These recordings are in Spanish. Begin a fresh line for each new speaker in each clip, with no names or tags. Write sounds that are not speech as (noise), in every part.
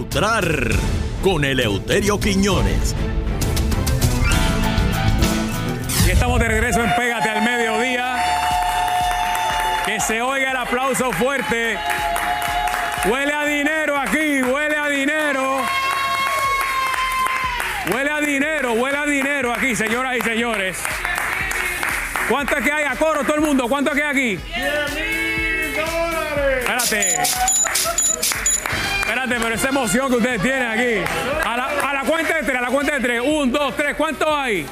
Utrar con Eleuterio Quiñones.
Y estamos de regreso en Pégate al Mediodía. Que se oiga el aplauso fuerte. Huele a dinero aquí, huele a dinero. Huele a dinero, huele a dinero aquí, señoras y señores. ¿Cuánto es que hay a coro todo el mundo? ¿Cuánto es que hay aquí? Espérate. Espérate, pero esa emoción que ustedes tienen aquí. A la, a la cuenta de tres, a la cuenta de tres. Un, dos, tres. ¿Cuánto hay?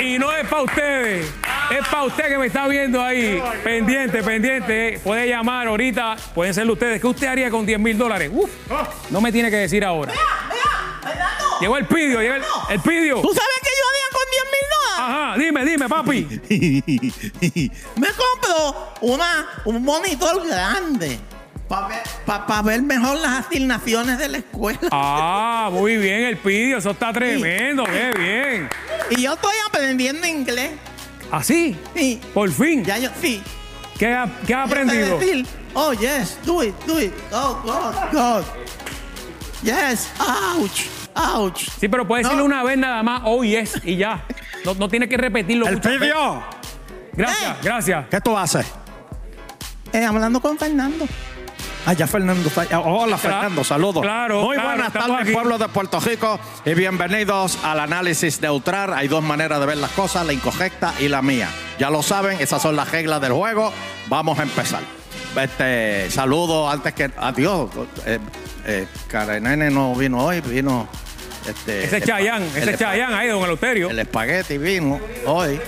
Y no es para ustedes. Es para usted que me está viendo ahí. Pendiente, pendiente. eh. Puede llamar ahorita. Pueden serlo ustedes. ¿Qué usted haría con 10 mil dólares? Uf, no me tiene que decir ahora. Llegó el pidio, llegó el, el pidio.
¿Tú sabes que yo haría con
Ajá,
10 mil dólares?
dime, dime, papi.
(laughs)
Me compro una, un monitor grande para ver, pa- pa ver mejor las asignaciones de la escuela.
Ah, muy bien, el pidio. Eso está tremendo. Qué bien.
Y yo estoy aprendiendo inglés.
Así.
Sí,
Por fin.
ya yo, sí.
¿Qué, ha- qué has
Yo sé
aprendido?
decir, oh, yes, do it, do it. Oh, God, God. Yes, ouch, ouch.
Sí, pero puedes decirlo
No.
una vez nada más, oh yes, y ya. No, no tienes que repetirlo.
El
muchas veces.
previo.
Gracias,
¡Eh!
gracias.
¿Qué tú haces?
Eh, hablando con Fernando.
Allá Fernando. está- oh, Hola Fernando, saludos.
claro,
Muy
claro,
buenas
estamos
tardes,
aquí.
pueblo de Puerto Rico, y bienvenidos al análisis de Utrar. Hay dos maneras de ver las cosas, la incorrecta y la mía. Ya lo saben, esas son las reglas del juego. Vamos a empezar. Este, saludo antes que. Adiós. Eh, eh, Karenene no vino hoy, vino. Este,
Ese
el-
es Chayán,
el-
ese es Chayán ahí, don Eleuterio.
El espagueti vino hoy.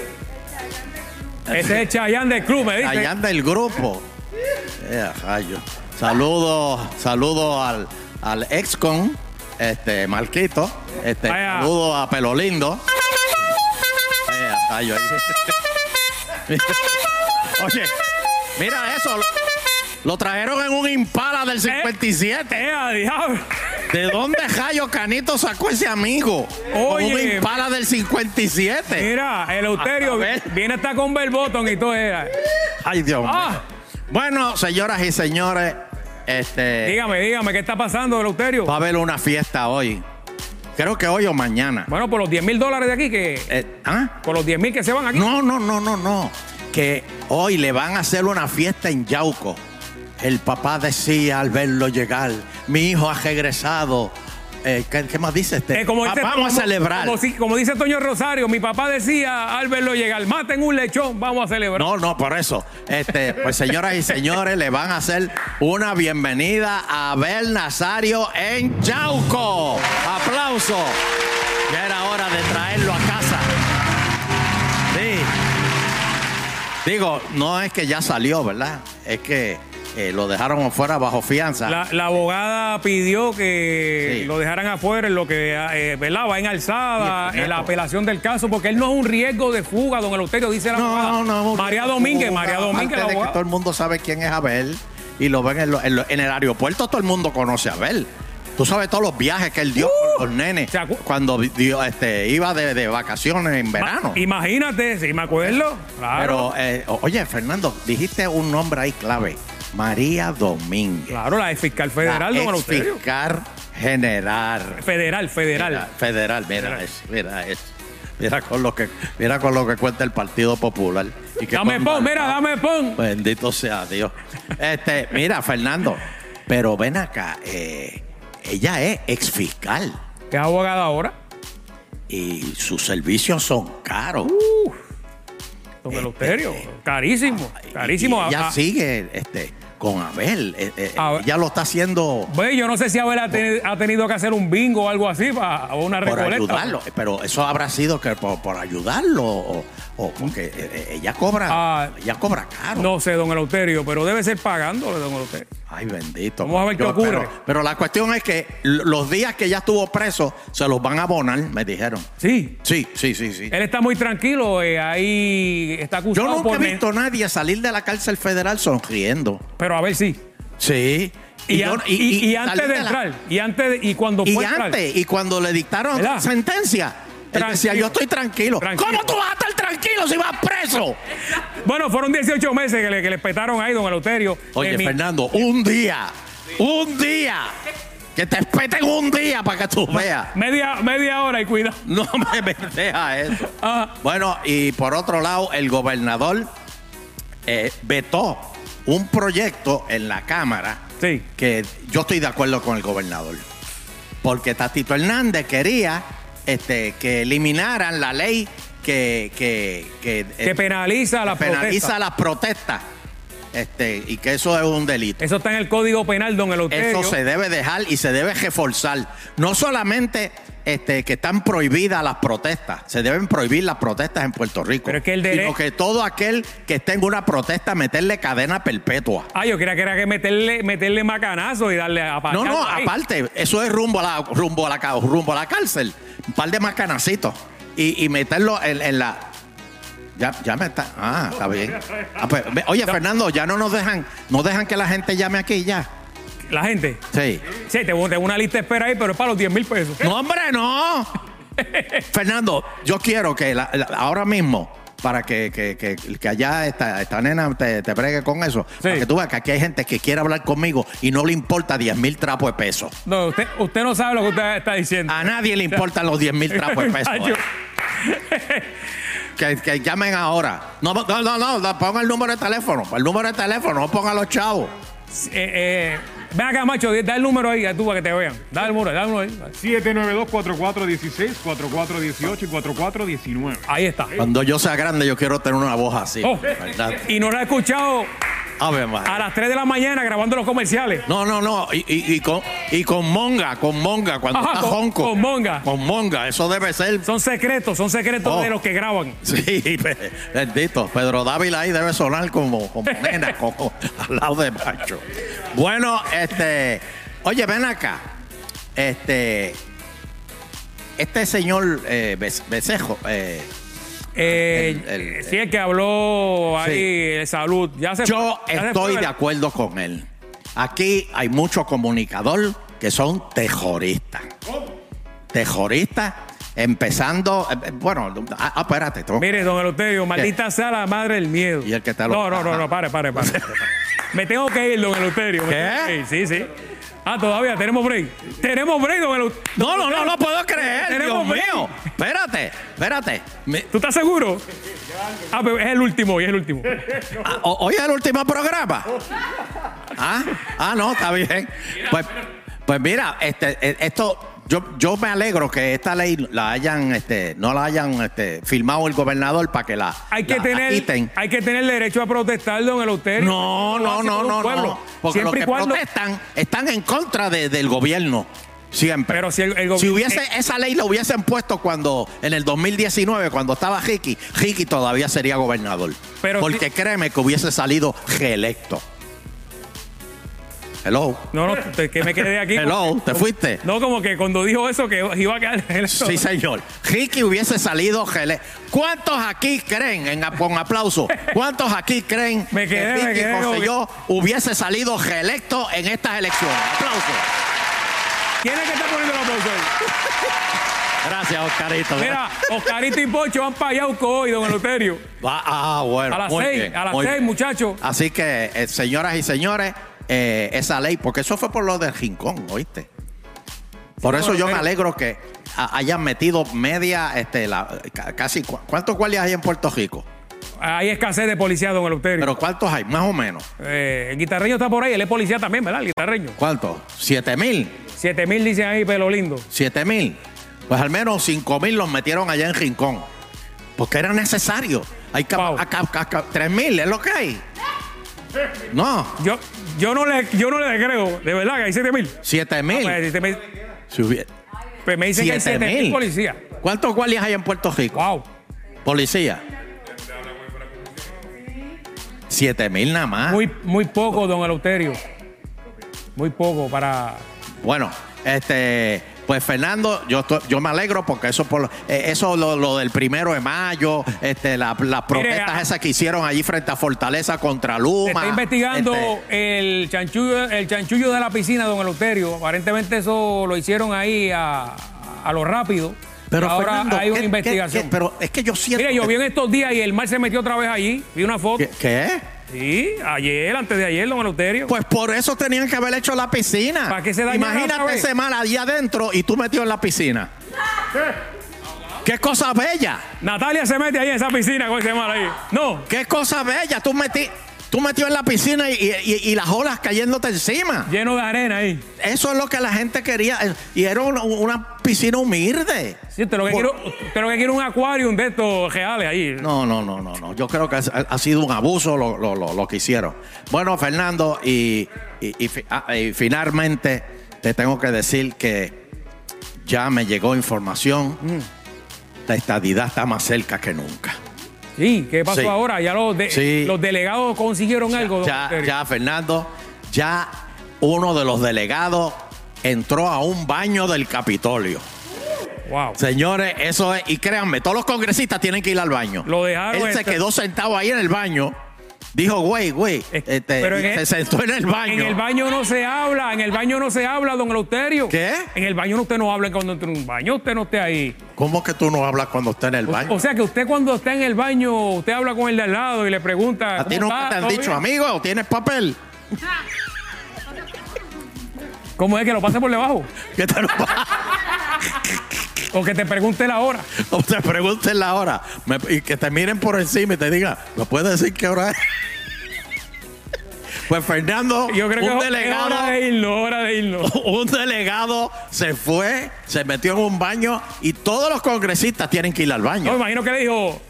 Ese es el Chayán del club, me dice.
Allá anda el grupo. Eh, rayos. Saludos, saludos al, al excon, este, Marquito. Este,
Vaya.
saludos a Pelolindo. Eh, rayos. (laughs) Oye, mira eso. Lo, lo trajeron en un impala del 57.
¡Eh, a diablo!
Eh. ¿De dónde Rayo Canito sacó ese amigo? Con un
Oye.
impala del 57.
Mira, Eleuterio
Eh. A ver.
viene hasta con Belbotón y todo era.
Ay, Dios mío.
Ah.
Bueno, señoras y señores, este.
Dígame, dígame, ¿qué está pasando, Eleuterio?
Va a haber una fiesta hoy. Creo que hoy o mañana.
Bueno, por los 10 mil dólares de aquí, que.
Eh, ¿ah?
Por los 10 mil que se van aquí.
No, no, no, no, no. Que hoy le van a hacer una fiesta en Yauco. El papá decía al verlo llegar, mi hijo ha regresado. Eh, ¿qué, qué más dice este?
Eh, como
Ah,
dice-
vamos a
como-
celebrar.
Como, si- como dice Toño Rosario, mi papá decía al verlo llegar, maten un lechón, vamos a celebrar.
No, no, por eso. Este, pues señoras y señores, le van a hacer una bienvenida a Abel Nazario en Chauco. Aplauso. Ya era hora de traerlo a casa. Sí. Digo, no es que ya salió, ¿verdad? Es que eh, lo dejaron afuera bajo fianza.
La, la abogada pidió que
Sí.
lo dejaran afuera en lo que eh, ¿verdad? va en alzada,
Sí, claro.
en la apelación del caso, porque él no es un riesgo de fuga, don Eleuterio, dice la abogada.
No, no, no.
María Domínguez, María Domínguez, la
Aparte de que
abogada.
todo el mundo sabe quién es Abel y lo ven en, lo- en lo- en el aeropuerto, todo el mundo conoce a Abel. Tú sabes todos los viajes que él dio con los nenes
Uh, ¿Se acu-
cuando vi- dio, este, iba de, de vacaciones en verano.
Imagínate, sí, me acuerdo. Claro,
Pero, eh, o- oye, Fernando, dijiste un nombre ahí clave. María Domínguez.
claro, la de fiscal federal,
la
don
ex
Eleuterio.
fiscal general.
Federal, federal.
Mira, Federal, mira, eso, mira eso. Mira con lo que, mira con lo que cuenta el Partido Popular. Y que
Dame pon, mira, dame pon.
Bendito sea Dios. Este, mira, Fernando, pero ven acá, eh, ella es exfiscal
¿Qué abogada ahora?
y sus servicios son caros.
Uh, Don Eleuterio, carísimo, carísimo.
Este, Y ella
Ah, ah,
sigue este, con Abel. eh, eh,
A ver.
ella lo está haciendo
Ve, yo no sé si Abel ha, teni- ha tenido que hacer un bingo o algo así para una
por
recolecta.
ayudarlo. Pero eso habrá sido que por, por ayudarlo o, o porque eh, eh, ella cobra,
Ah.
ella cobra caro.
No sé, don Eleuterio, pero debe ser pagándole, don Eleuterio.
Ay, bendito.
Vamos a ver qué ocurre.
Pero, pero la cuestión es que l- los días que ya estuvo preso se los van a abonar, me dijeron.
Sí.
Sí, sí, sí, sí.
Él está muy tranquilo, eh, ahí está
Yo
acusado
nunca
por
he
men-
visto a nadie salir de la cárcel federal sonriendo.
Pero a ver sí.
Sí.
Y,
yo-
an- y- y antes
salir
de
la-
entrar, y antes de- y cuando
y
fue a entrar.
antes, y cuando le dictaron
¿Verdad?
sentencia, Él decía,
Tranquilo.
yo estoy tranquilo.
Tranquilo.
¿Cómo tú vas a estar tranquilo si vas preso?
Bueno, fueron 18 meses que le, que le petaron ahí, don Eleuterio.
Oye,
Eh, mi-
Fernando, un día, un día, que te espeten un día para que tú veas.
media, media hora y cuidado.
No me (laughs) metes a eso.
Ajá.
Bueno, y por otro lado, el gobernador eh, vetó un proyecto en la Cámara
Sí.
que yo estoy de acuerdo con el gobernador. Porque Tatito Hernández quería este, que eliminaran la ley que... Que, que,
Que
eh,
penaliza la
penaliza
protesta.
las protestas. Este, y que eso es un delito.
Eso está en el Código Penal, don Eleuterio.
Eso se debe dejar y se debe reforzar. No solamente este, que están prohibidas las protestas, se deben prohibir las protestas en Puerto Rico.
Pero es que el dere-
Sino que todo aquel que esté en una protesta, meterle cadena perpetua.
Ah, yo quería que era que meterle, meterle macanazo y darle a
No, no,
ahí.
aparte, eso es rumbo a la, rumbo a la, ca- rumbo a la cárcel. Un par de macanacitos. Y, y meterlo en, en la. Ya, ya me está. Ah, está bien. Ah, pues, ve- oye, Fernando, ya no nos dejan, no dejan que la gente llame aquí ya.
La gente.
Sí.
Sí, tengo tengo una lista de espera ahí, pero es para los 10 mil pesos.
No, hombre, no. Fernando, yo quiero que la- la- ahora mismo, para que, que- que- que allá esta, esta nena te, te bregue con eso, para que tú veas que aquí hay gente que quiere hablar conmigo y no le importa 10 mil trapos de peso.
No, usted, usted no sabe lo que usted está diciendo.
A nadie le importan los 10 mil
(laughs)
trapos de Ah, peso. eh. Que, que llamen ahora. No, no, no, no, no, pongan el número de teléfono. El número de teléfono, no pongan los chavos.
Eh, eh, ven acá, macho, da el número ahí, tú, para que te vean. Da el número, da el número ahí.
792-4416, 4418 y 4419.
Ahí está.
Cuando yo sea grande, yo quiero tener una voz así.
Oh.
Fernando.
Y no lo he escuchado
A ver, María.
a las 3 de la mañana grabando los comerciales.
No, no, no. Y, y- y con, y con monga, con monga, cuando
Ajá,
está
con-
jonco.
con monga.
Con monga, eso debe ser.
Son secretos, son secretos
Oh.
de los que graban.
Sí, pe- bendito. Pedro Dávila ahí debe sonar como, como nena, (laughs) como al lado de macho. Bueno, este. Oye, ven acá. Este. Este señor eh, Be- Becejo. eh,
Eh,
El- el-
sí, el que habló ahí,
Sí.
el salud. Ya se
yo
ya se
estoy
fue.
de acuerdo con él. Aquí hay muchos comunicadores que son tejoristas. Tejoristas, empezando. eh, eh, Bueno, ah, ah, espérate, tengo-
Mire, don Eleuterio, maldita sea la madre del miedo.
Y el que te lo-
No, no, no,
Ajá.
no, pare, pare,
(laughs)
pare. me tengo que ir, don Eleuterio. me
¿Qué?
tengo que ir, Sí, sí. Ah, todavía tenemos break. Tenemos break, don Eleuterio.
No, no, no lo puedo creer, Dios
Tenemos break.
mío. Espérate, espérate. Me-
¿Tú estás seguro? Ah, pero es el último, hoy es el último.
ah, o- hoy es el último programa. Ah, ah, no, está bien. Pues, pues mira, este, eh, esto, yo, yo me alegro que esta ley la hayan, este, no la hayan este, firmado el gobernador para que la,
Hay que,
la
tener,
quiten.
hay que tener derecho a protestar, don Eleuterio.
No, no,
Así
no,
por un
no,
pueblo.
no. Porque
Siempre
los que
y cuando...
protestan están en contra de- del gobierno. Siempre.
Pero si el- el
Si
gobi-
hubiese
eh,
esa ley la hubiesen puesto cuando en el 2019 cuando estaba Ricky, Ricky todavía sería gobernador.
Pero
porque
si-
créeme que hubiese salido reelecto. Hello.
No, no, te- que me quedé aquí.
Hello, te fuiste.
No, como que cuando dijo eso que iba a quedar... (laughs)
Sí, señor. Ricky hubiese salido gele. ¿Cuántos aquí creen, en, con aplauso, cuántos aquí creen
Me quedé,
que
me
Ricky
quedé como
Rosselló hubiese salido reelecto en estas elecciones? Aplauso.
¿Quién es que está poniendo la aplauso ahí?
Gracias, Oscarito.
Mira, Oscarito y Pocho van para Yauco hoy, don Eleuterio.
Va- ah, bueno.
A las
muy
seis,
bien,
a las
muy
seis,
bien.
muchachos.
Así que, eh, señoras y señores, eh, esa ley, porque eso fue por lo del rincón, ¿oíste? Por eso
bueno, eh.
yo me
pero-
alegro que a- hayan metido media, este, la, ca- casi, cua- ¿cuántos guardias hay en Puerto Rico?
Hay escasez de policía, don Eleuterio.
Pero ¿cuántos hay? Más o menos.
Eh, el guitarreño está por ahí, él es policía también, ¿verdad? El guitarreño.
¿Cuántos? ¿Siete mil?
7 mil dicen ahí, pelo lindo.
¿Siete mil? Pues al menos cinco mil los metieron allá en Rincón. Porque era necesario. Hay que...
Wow.
acá- acá- acá- Tres mil es lo que hay. No,
Yo, yo, no le, yo no le creo, de verdad que hay 7 mil.
siete mil.
Pues, siete mil.
Si hubiera-
Pues me dicen que hay 7
siete
mil policías.
¿Cuántos guardias hay en Puerto Rico?
Wow.
Policía. Siete mil nada más.
Muy, muy poco, don Eleuterio. Muy poco para.
Bueno, este, pues Fernando, yo estoy- yo me alegro porque eso por lo- eh, eso lo, lo del primero de mayo, este, la- las protestas
ah-
esas que hicieron allí frente a Fortaleza contra Luma.
Se está investigando
este,
el, chanchullo, el chanchullo de la piscina, don Eleuterio. Aparentemente eso lo hicieron ahí a, a lo rápido.
Pero
Ahora
Fernando,
hay una
¿qué- qué-
investigación.
qué- pero es que yo siento.
Mire, yo
que-
vi en estos días y el mar se metió otra vez allí. Vi una foto.
¿Qué? ¿Qué?
Sí, ayer, antes de ayer, don Eleuterio.
Pues por eso tenían que haber hecho la piscina.
¿Para qué se dañaron otra
Imagínate
vez?
ese mal allí adentro y tú metido en la piscina. ¿Qué cosa bella?
Natalia se mete ahí en esa piscina con ese mar ahí. No.
¿Qué cosa bella? Tú metí, tú metido en la piscina y, y- y las olas cayéndote encima.
Lleno de arena ahí.
Eso es lo que la gente quería. eh, Y era una, una piscina humilde.
Sí, te lo que
Por-
quiero, te lo que quiero es un acuarium de estos reales ahí.
No, no, no, no, no. Yo creo que ha, ha sido un abuso lo, lo- lo- lo que hicieron. Bueno, Fernando, y, y- y fi- ah, y finalmente te tengo que decir que ya me llegó información.
Mm.
La estadidad está más cerca que nunca.
Sí, ¿qué pasó
Sí.
ahora? Ya los, de-
Sí.
los delegados consiguieron algo. don
Ya,
Eleuterio.
ya, Fernando, ya uno de los delegados entró a un baño del Capitolio.
Wow.
Señores, eso es. Y créanme, todos los congresistas tienen que ir al baño.
Lo dejaron este-
Él se
entrar.
quedó sentado ahí en el baño. Dijo, güey, güey.
Es-
este,
pero en
y se
el-
sentó en el baño.
En el baño no se habla, en el baño no se habla, don Eleuterio.
¿Qué?
En el baño usted no habla cuando entra en un baño, usted no esté ahí.
¿Cómo que tú no hablas cuando estás en el
O-
baño?
Pues, O, sea que usted cuando está en el baño, usted habla con el de al lado y le pregunta.
a ti
¿cómo
nunca
está?
te han
¿Todo
dicho,
bien?
amigo, ¿tienes papel?
¿Cómo es que lo pase por debajo?
Que te lo (laughs)
O que te pregunte la hora.
o te pregunten la hora. Me- y que te miren por encima y te digan, ¿me puedes decir qué hora es? (laughs) pues Fernando,
Yo creo
un
que es-
delegado.
es hora de irnos, hora de irnos.
(laughs) un delegado se fue, se metió en un baño y todos los congresistas tienen que ir al
No, me
baño.
imagino que le dijo,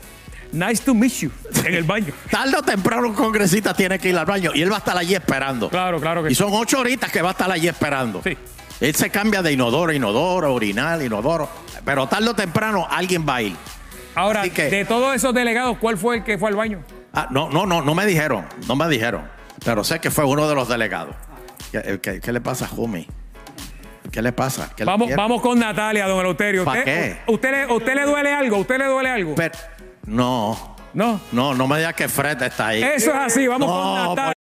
nice to meet you, en el baño.
Tarde o temprano un congresista tiene que ir al baño y él va a estar allí esperando.
Claro, claro que
Y son ocho horitas que va a estar allí esperando.
Sí.
Él se cambia de inodoro, a inodoro, orinal, inodoro. Pero tarde o temprano alguien va a ir.
Ahora,
Así que-
de todos esos delegados, ¿cuál fue el que fue al baño?
Ah, no, no, no, no me dijeron, no me dijeron. Pero sé que fue uno de los delegados. ¿Qué, eh, qué- qué le pasa, Jumi? ¿Qué le pasa? ¿Qué le
Vamos,
quiere?
vamos con Natalia, don Eleuterio.
¿Pa'
¿Usted,
qué?
Usted, le, ¿Usted le duele algo? ¿Usted le duele algo?
Pero- no,
no.
no, no me digas que Fred está ahí.
Eso es así, vamos
No,
con Natalia.